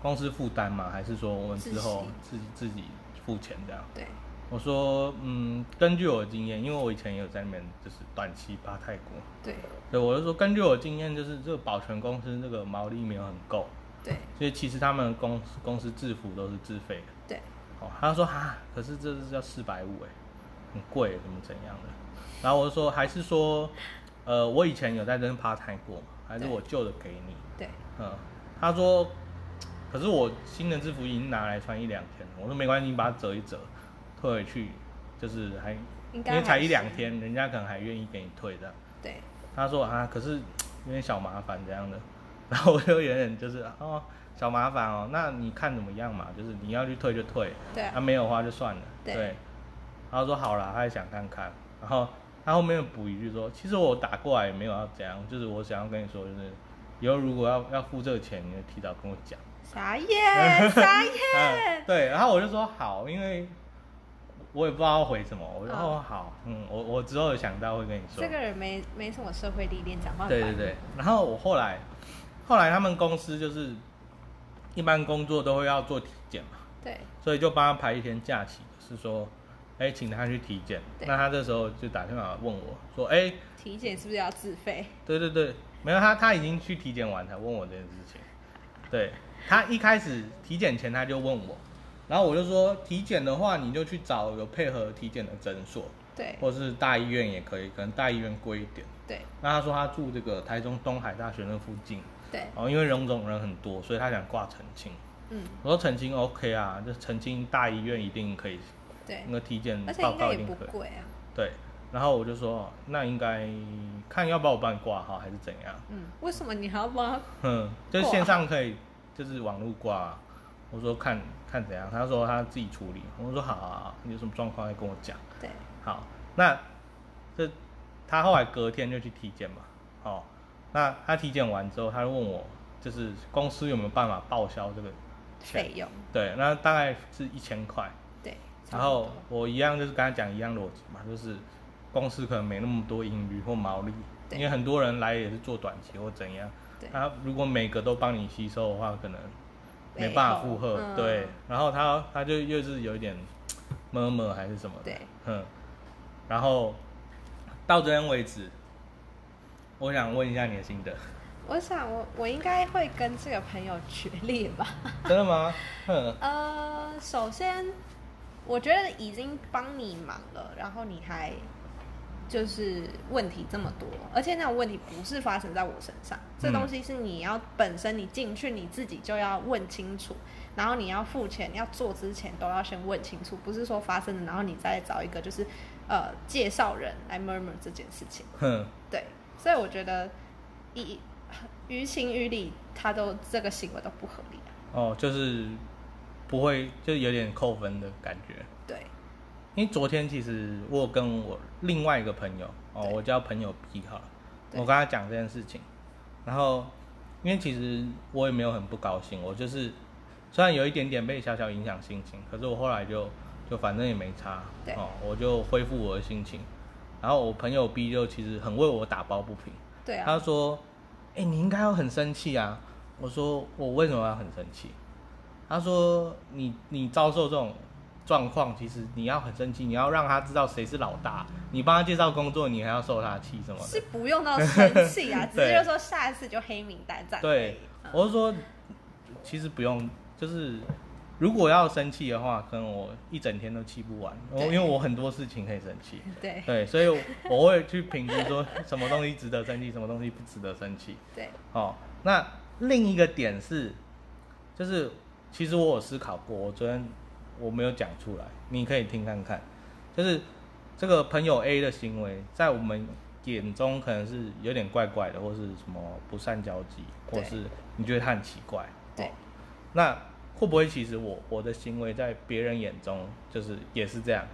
Speaker 1: 公司负担吗？还是说我们之后自己自己付钱这样？
Speaker 2: 对
Speaker 1: 我说，嗯，根据我的经验，因为我以前也有在那边就是短期扒泰国，
Speaker 2: 对
Speaker 1: 对，我就说根据我的经验，就是这个保全公司这个毛利没有很够，
Speaker 2: 对
Speaker 1: 所以其实他们公公司制服都是自费的。
Speaker 2: 对
Speaker 1: 哦，他说哈，可是这是要四百五哎，很贵，怎么怎样的？然后我就说还是说，呃，我以前有在跟趴台过嘛，还是我旧的给你？
Speaker 2: 对，
Speaker 1: 嗯，他说，可是我新的制服已经拿来穿一两天了。我说没关系，你把它折一折，退回去，就是还
Speaker 2: 应
Speaker 1: 因
Speaker 2: 该
Speaker 1: 为才
Speaker 2: 还
Speaker 1: 一两
Speaker 2: 行
Speaker 1: 天，人家可能还愿意给你退这样。
Speaker 2: 对，
Speaker 1: 他说啊，可是有点小麻烦这样的， 然后我就有点就是哦，小麻烦哦，那你看怎么样嘛？就是你要去退就退，
Speaker 2: 对啊
Speaker 1: 啊没有的话就算了，
Speaker 2: 对
Speaker 1: 他说好啦，他也想看看，然后他后面又补一句说，其实我打过来也没有要怎样，就是我想要跟你说，就是以后如果要要付这个钱，你就提早跟我 讲。
Speaker 2: 傻眼，傻
Speaker 1: 嗯
Speaker 2: 眼，，
Speaker 1: 对，然后我就说好，因为我也不知道要回什么，我就
Speaker 2: 嗯
Speaker 1: 哦好，嗯，我我之后有想到会跟你说。
Speaker 2: 这个人没没什么社会历练，讲话很
Speaker 1: 对
Speaker 2: 白
Speaker 1: 对对，然后我后来，后来他们公司就是一般工作都会要做体检嘛，
Speaker 2: 对
Speaker 1: 所以就帮他排一天假期，是说，哎，请他去体检。
Speaker 2: 对
Speaker 1: 那他这时候就打电话问我说，哎，
Speaker 2: 体检是不是要自费？
Speaker 1: 对对对，没有他他已经去体检完才问我这件事情。对他一开始体检前他就问我，然后我就说体检的话你就去找有配合体检的诊所，
Speaker 2: 对
Speaker 1: 或是大医院也可以，可能大医院贵一点。
Speaker 2: 对
Speaker 1: 那他说他住这个台中东海大学那附近，
Speaker 2: 对，
Speaker 1: 哦，因为荣总人很多，所以他想挂澄清。
Speaker 2: 嗯
Speaker 1: 我说澄清 OK 啊，就澄清大医院一定可以，
Speaker 2: 对
Speaker 1: 那，个体检
Speaker 2: 而且
Speaker 1: 报
Speaker 2: 应该
Speaker 1: 告
Speaker 2: 也
Speaker 1: 一定
Speaker 2: 不
Speaker 1: 可以。
Speaker 2: 贵啊，
Speaker 1: 对，然后我就说那应该看要不要我帮你挂号还是怎样，
Speaker 2: 嗯，为什么你还要帮他？
Speaker 1: 哼，就是
Speaker 2: 挂
Speaker 1: 线上可以，就是网络挂啊。我说看看怎样，他说他自己处理。我说好啊，好啊你有什么状况再跟我讲。
Speaker 2: 对
Speaker 1: 好，那这他后来隔天就去体检嘛，哦，那他体检完之后，他就问我，就是公司有没有办法报销这个钱
Speaker 2: 费？用，
Speaker 1: 对，那大概是一千块。
Speaker 2: 对，差
Speaker 1: 然
Speaker 2: 不多
Speaker 1: 后我一样就是跟他讲一样逻辑嘛，就是公司可能没那么多盈余或毛利，
Speaker 2: 对
Speaker 1: 因为很多人来也是做短期或怎样
Speaker 2: 对，
Speaker 1: 他如果每个都帮你吸收的话，可能没
Speaker 2: 没
Speaker 1: 办法
Speaker 2: 有
Speaker 1: 负荷，
Speaker 2: 嗯
Speaker 1: 对。然后他他就又是有一点 murmur 还是什么的，
Speaker 2: 对，
Speaker 1: 嗯。然后到这边为止，我想问一下你的 心得，
Speaker 2: 我想我我应该会跟这个朋友决裂吧。
Speaker 1: 真的吗？哼，
Speaker 2: 呃，首先，我觉得已经帮你忙了，然后你还就是问题这么多，而且那种问题不是发生在我身上，这
Speaker 1: 嗯
Speaker 2: 东西是你要本身你进去你自己就要问清楚，然后你要付钱要做之前都要先问清楚，不是说发生了然后你再找一个就是呃介绍人来 murmur 这件事情。
Speaker 1: 哼，
Speaker 2: 对，所以我觉得以 于情于理，他都这个行为都不合理啊。
Speaker 1: 哦，就是不会，就是有点扣分的感觉。
Speaker 2: 对，
Speaker 1: 因为昨天其实我有跟我另外一个朋友哦，
Speaker 2: 对
Speaker 1: 我叫朋友 B 好了，我
Speaker 2: 对
Speaker 1: 跟他讲这件事情，然后因为其实我也没有很不高兴，我就是虽然有一点点被小小影响心情，可是我后来就就反正也没差
Speaker 2: 对
Speaker 1: 哦，我就恢复我的心情，然后我朋友 B 就其实很为我打抱不平，
Speaker 2: 对啊，
Speaker 1: 他说：“哎、你应该要很生气啊。”我说：“我为什么要很生气？”他说：“你你遭受这种状况，其实你要很生气，你要让他知道谁是老大，你帮他介绍工作，你还要受他气什么
Speaker 2: 是
Speaker 1: 的。
Speaker 2: 不用到生气啊，只
Speaker 1: 对
Speaker 2: 是就说下一次就黑名单这样。”
Speaker 1: 对，我是说，其实不用，就是如果要生气的话，可能我一整天都气不完，我因
Speaker 2: 对
Speaker 1: 为我很多事情可以生气。
Speaker 2: 对
Speaker 1: 对，所以我会去评估说什么东西值得生气，什么东西不值得生气。
Speaker 2: 对
Speaker 1: 哦，那另一个点是，就是其实我有思考过，我昨天我没有讲出来，你可以听看看。就是这个朋友 A 的行为，在我们眼中可能是有点怪怪的，或是什么不善交际，或
Speaker 2: 对
Speaker 1: 是你觉得他很奇怪。
Speaker 2: 对
Speaker 1: 那会不会其实我我的行为在别人眼中就是也是这样？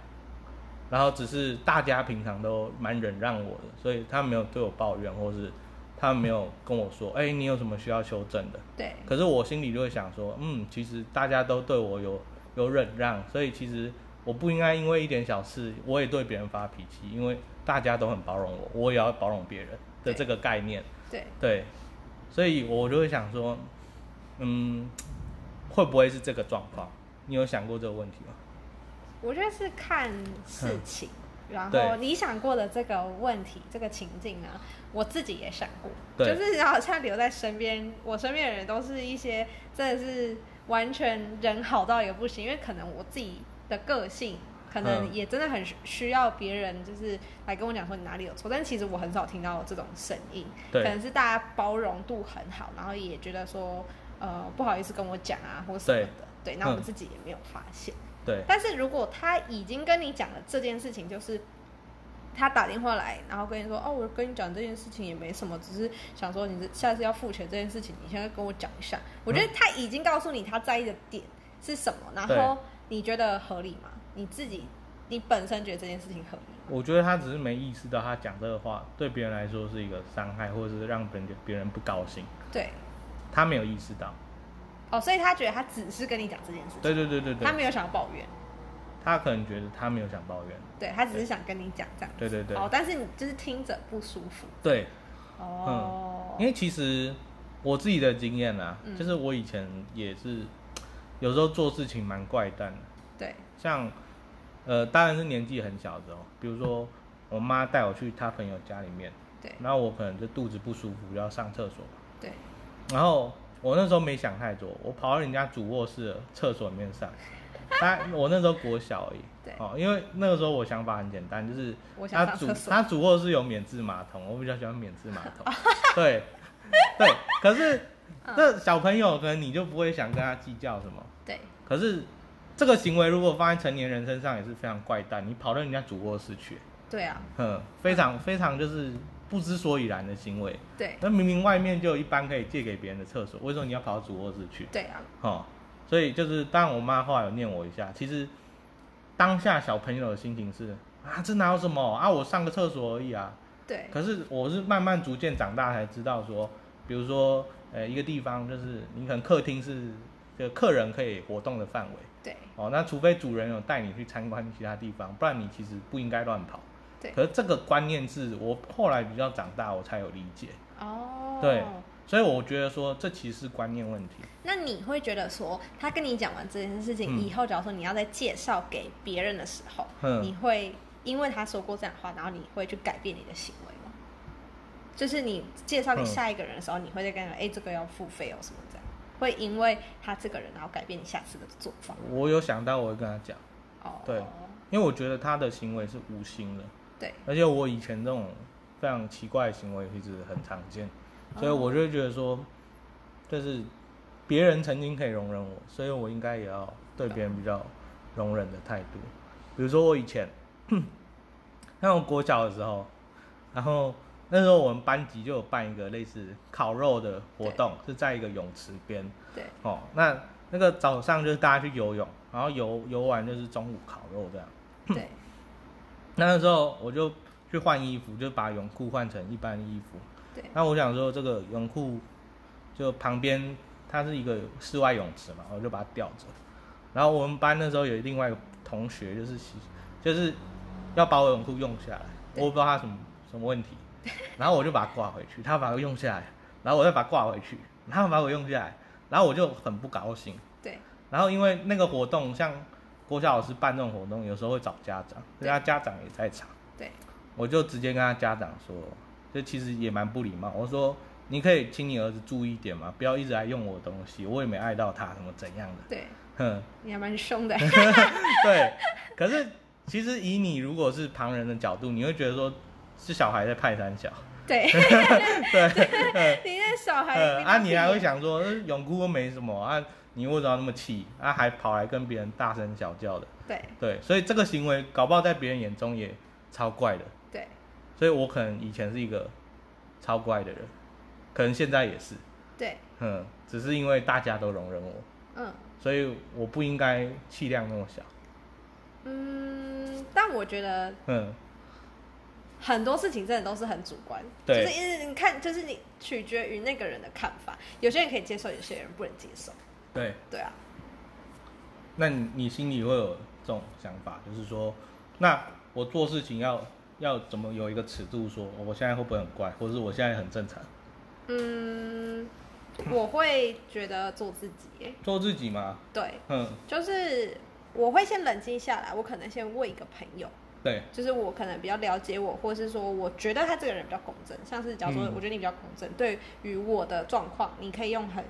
Speaker 1: 然后只是大家平常都蛮忍让我的，所以他没有对我抱怨，或是他没有跟我说，哎、你有什么需要修正的？
Speaker 2: 对
Speaker 1: 可是我心里就会想说，嗯，其实大家都对我有有忍让，所以其实我不应该因为一点小事，我也对别人发脾气，因为大家都很包容我，我也要包容别人的
Speaker 2: 对
Speaker 1: 这个概念。
Speaker 2: 对
Speaker 1: 对，所以我就会想说，嗯，会不会是这个状况？你有想过这个问题吗？
Speaker 2: 我觉得是看事情，然后
Speaker 1: 对
Speaker 2: 你想过的这个问题、这个情境啊，我自己也想过，
Speaker 1: 对
Speaker 2: 就是好像留在身边，我身边的人都是一些真的是完全人好到也不行，因为可能我自己的个性。可能
Speaker 1: 嗯
Speaker 2: 也真的很需需要别人就是来跟我讲说你哪里有错，但其实我很少听到这种声音，
Speaker 1: 对
Speaker 2: 可能是大家包容度很好，然后也觉得说呃不好意思跟我讲啊或什么的，对，那我们
Speaker 1: 嗯
Speaker 2: 自己也没有发现。
Speaker 1: 对，
Speaker 2: 但是如果他已经跟你讲了这件事情，就是他打电话来，然后跟你说：“哦，我跟你讲这件事情也没什么，只是想说你下次要付钱这件事情，你现在跟我讲一下。”我觉得他已经告诉你他在意的点是什么，然后
Speaker 1: 嗯对
Speaker 2: 你觉得合理吗？你自己你本身觉得这件事情合理吗？
Speaker 1: 我觉得他只是没意识到，他讲这个话对别人来说是一个伤害，或者是让别人别人不高兴，
Speaker 2: 对，
Speaker 1: 他没有意识到。
Speaker 2: 哦，所以他觉得他只是跟你讲这件事情，
Speaker 1: 对对对对
Speaker 2: 他
Speaker 1: 对，
Speaker 2: 没有想要抱怨，
Speaker 1: 他可能觉得他没有想抱怨。
Speaker 2: 对他只是想跟你讲这样子。
Speaker 1: 对对对
Speaker 2: 哦，但是你就是听着不舒服。
Speaker 1: 对，
Speaker 2: 哦，
Speaker 1: 嗯因为其实我自己的经验啊，
Speaker 2: 嗯
Speaker 1: 就是我以前也是有时候做事情蛮怪诞的，
Speaker 2: 对，
Speaker 1: 像呃，当然是年纪很小的时候，比如说我妈带我去她朋友家里面，
Speaker 2: 对，
Speaker 1: 然后我可能就肚子不舒服，就要上厕所，
Speaker 2: 对。
Speaker 1: 然后我那时候没想太多，我跑到人家主卧室的厕所里面上。他我那时候国小而已，
Speaker 2: 对
Speaker 1: 哦，因为那个时候我想法很简单，就是
Speaker 2: 我想
Speaker 1: 他
Speaker 2: 上
Speaker 1: 主
Speaker 2: 厕所
Speaker 1: 他主卧室有免治马桶，我比较喜欢免治马 桶，对对。可是
Speaker 2: 嗯
Speaker 1: 那小朋友可能你就不会想跟他计较什么，
Speaker 2: 对
Speaker 1: 可是这个行为如果放在成年人身上也是非常怪诞，你跑到人家主卧室去，
Speaker 2: 对啊，
Speaker 1: 哼，非常非常就是不知所以然的行为。
Speaker 2: 对
Speaker 1: 那明明外面就有一般可以借给别人的厕所，为什么你要跑到主卧室去？
Speaker 2: 对啊，
Speaker 1: 哦，所以就是，当然我妈后来有念我一下，其实当下小朋友的心情是啊，这哪有什么啊，我上个厕所而已啊。
Speaker 2: 对
Speaker 1: 可是我是慢慢逐渐长大才知道说，比如说呃一个地方就是你可能客厅是这个客人可以活动的范围
Speaker 2: 对
Speaker 1: 哦，那除非主人有带你去参观其他地方，不然你其实不应该乱跑。
Speaker 2: 对
Speaker 1: 可是这个观念是我后来比较长大我才有理解，
Speaker 2: 哦，
Speaker 1: 对，所以我觉得说这其实是观念问题。
Speaker 2: 那你会觉得说，他跟你讲完这件事情
Speaker 1: 嗯
Speaker 2: 以后，假如说你要再介绍给别人的时候，
Speaker 1: 嗯
Speaker 2: 你会因为他说过这样的话，然后你会去改变你的行为吗？就是你介绍给
Speaker 1: 嗯
Speaker 2: 下一个人的时候，你会再跟他说，哎、这个要付费哦，什么这样，会因为他这个人，然后改变你下次的做法。
Speaker 1: 我有想到我会跟他讲，
Speaker 2: 哦，
Speaker 1: 对因为我觉得他的行为是无心的，
Speaker 2: 对
Speaker 1: 而且我以前这种非常奇怪的行为其实很常见，所以我就会觉得说，就是别人曾经可以容忍我，所以我应该也要对别人比较容忍的态度。比如说我以前， 那我国小的时候，然后那时候我们班级就有办一个类似烤肉的活动，是在一个泳池边，
Speaker 2: 对
Speaker 1: 哦，那那个早上就是大家去游泳，然后游游完就是中午烤肉这样。
Speaker 2: 对
Speaker 1: 那时候我就去换衣服，就把泳裤换成一般衣服。
Speaker 2: 对
Speaker 1: 那我想说，这个泳裤就旁边它是一个室外泳池嘛，我就把它吊着。然后我们班那时候有另外一个同学，就是洗，就是要把我泳裤用下来，
Speaker 2: 对
Speaker 1: 我不知道他什么什么问题，然后我就把它挂回去，他把它用下来，然后我再把它挂回去，他把我用下来，然后我就很不高兴。
Speaker 2: 对
Speaker 1: 然后因为那个活动，像国小老师办这种活动，有时候会找家长，人
Speaker 2: 对
Speaker 1: 家家长也在场，
Speaker 2: 对
Speaker 1: 我就直接跟他家长说，就其实也蛮不礼貌。我说你可以请你儿子注意一点嘛，不要一直来用我的东西，我也没碍到他什么怎样的。
Speaker 2: 对，
Speaker 1: 哼，
Speaker 2: 你还蛮 凶的。
Speaker 1: 对。可是其实以你如果是旁人的角度，你会觉得说是小孩在派三小，
Speaker 2: 对，
Speaker 1: 对，
Speaker 2: 你那小孩
Speaker 1: 呃，啊，你还会
Speaker 2: 想。
Speaker 1: 想说呃泳裤又没什么啊，你为什么要那么气啊，还跑来跟别人大声小叫的？
Speaker 2: 对
Speaker 1: 对，所以这个行为搞不好在别人眼中也超怪的，
Speaker 2: 对
Speaker 1: 所以我可能以前是一个超怪的人，可能现在也是，
Speaker 2: 对，
Speaker 1: 嗯，只是因为大家都容忍我，
Speaker 2: 嗯
Speaker 1: 所以我不应该气量那么小，
Speaker 2: 嗯，但我觉得
Speaker 1: 嗯，
Speaker 2: 很多事情真的都是很主观，
Speaker 1: 对
Speaker 2: 就是因为你看，就是你取决于那个人的看法，有些人可以接受，有些人不能接受，
Speaker 1: 对，
Speaker 2: 对啊，
Speaker 1: 那你你心里会有这种想法，就是说，那我做事情要要怎么有一个尺度说我现在会不会很怪，或者是我现在很正常，
Speaker 2: 嗯，我会觉得做自己耶，
Speaker 1: 做自己嘛，
Speaker 2: 对，
Speaker 1: 嗯，
Speaker 2: 就是我会先冷静下来，我可能先问一个朋友，
Speaker 1: 对，
Speaker 2: 就是我可能比较了解我，或是说我觉得他这个人比较公正，像是假如说
Speaker 1: 嗯
Speaker 2: 我觉得你比较公正，对于我的状况，你可以用很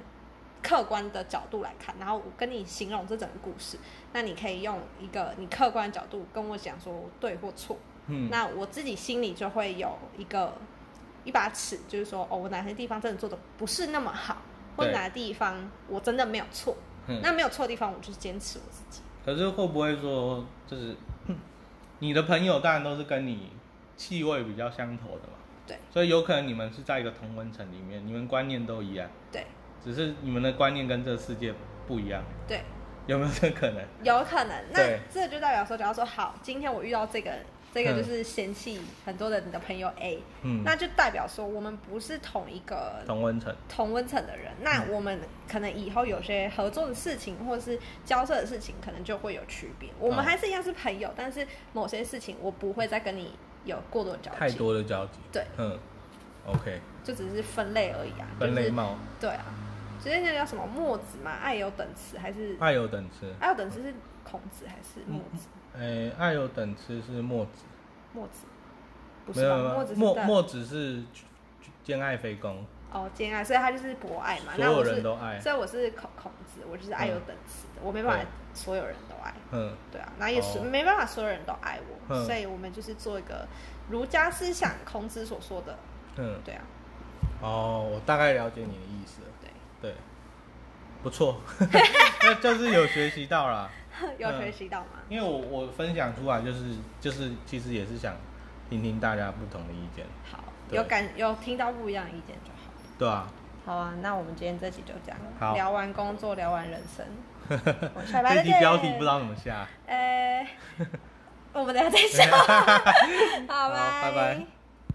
Speaker 2: 客观的角度来看，然后我跟你形容这整个故事，那你可以用一个你客观的角度跟我讲说对或错，
Speaker 1: 嗯，
Speaker 2: 那我自己心里就会有一个一把尺，就是说哦，我哪些地方真的做的不是那么好，或
Speaker 1: 对
Speaker 2: 哪地方我真的没有错，
Speaker 1: 嗯
Speaker 2: 那没有错的地方我就是坚持我自己。
Speaker 1: 可是会不会说，就是哼你的朋友当然都是跟你气味比较相投的嘛，
Speaker 2: 对
Speaker 1: 所以有可能你们是在一个同温层里面，你们观念都一样，
Speaker 2: 对
Speaker 1: 只是你们的观念跟这个世界不一样，
Speaker 2: 对，
Speaker 1: 有没有这可能？
Speaker 2: 有可能。那
Speaker 1: 对
Speaker 2: 这就代表说，假如说好，今天我遇到这个，这个
Speaker 1: 嗯
Speaker 2: 就是嫌弃很多的你的朋友 A，、
Speaker 1: 嗯，
Speaker 2: 那就代表说我们不是同一个
Speaker 1: 同温层，
Speaker 2: 同温层的人，那
Speaker 1: 嗯
Speaker 2: 我们可能以后有些合作的事情，或者是交涉的事情，可能就会有区别。我们
Speaker 1: 哦
Speaker 2: 还是一样是朋友，但是某些事情我不会再跟你有过多的交集，
Speaker 1: 太多的交集，
Speaker 2: 对，
Speaker 1: 嗯，OK，
Speaker 2: 就只是分类而已啊，
Speaker 1: 分类
Speaker 2: 就是、
Speaker 1: 帽，
Speaker 2: 对啊，就是那叫什么墨子嘛，爱有等词还是
Speaker 1: 爱有等吃，
Speaker 2: 爱有等词是孔子还是墨子？
Speaker 1: 诶、爱有等吃是墨子，
Speaker 2: 墨子不
Speaker 1: 没
Speaker 2: 是吧？
Speaker 1: 有
Speaker 2: 子是
Speaker 1: 墨
Speaker 2: 代
Speaker 1: 墨子是兼爱非攻，
Speaker 2: 哦兼爱，所以他就是博爱嘛。
Speaker 1: 所
Speaker 2: 那
Speaker 1: 有
Speaker 2: 我是
Speaker 1: 人都爱，
Speaker 2: 所以我是孔孔子，我就是爱有
Speaker 1: 嗯
Speaker 2: 等词的，我没办法
Speaker 1: 对
Speaker 2: 所有人都爱。
Speaker 1: 嗯，
Speaker 2: 对啊，那也是、
Speaker 1: 哦
Speaker 2: 没办法，所有人都爱我，
Speaker 1: 嗯
Speaker 2: 所以我们就是做一个儒家思想，孔子所说的，
Speaker 1: 嗯，
Speaker 2: 对啊，
Speaker 1: 哦，我大概了解你的意思了。
Speaker 2: 对，
Speaker 1: 对，不 错，那就是有学习到啦。
Speaker 2: 有
Speaker 1: 嗯
Speaker 2: 学习到吗？
Speaker 1: 因为我我分享出来就是就是其实也是想听听大家不同的意见，
Speaker 2: 好，
Speaker 1: 对
Speaker 2: 有感有听到不一样的意见就好。
Speaker 1: 对啊，
Speaker 2: 好啊，那我们今天这集就这样
Speaker 1: 好
Speaker 2: 了，聊完工作，聊完人 生，我们下礼拜
Speaker 1: 这
Speaker 2: 再
Speaker 1: 期
Speaker 2: 见。
Speaker 1: 标题不知道怎么下。
Speaker 2: 呃，我们等一下再笑。好，
Speaker 1: 好拜拜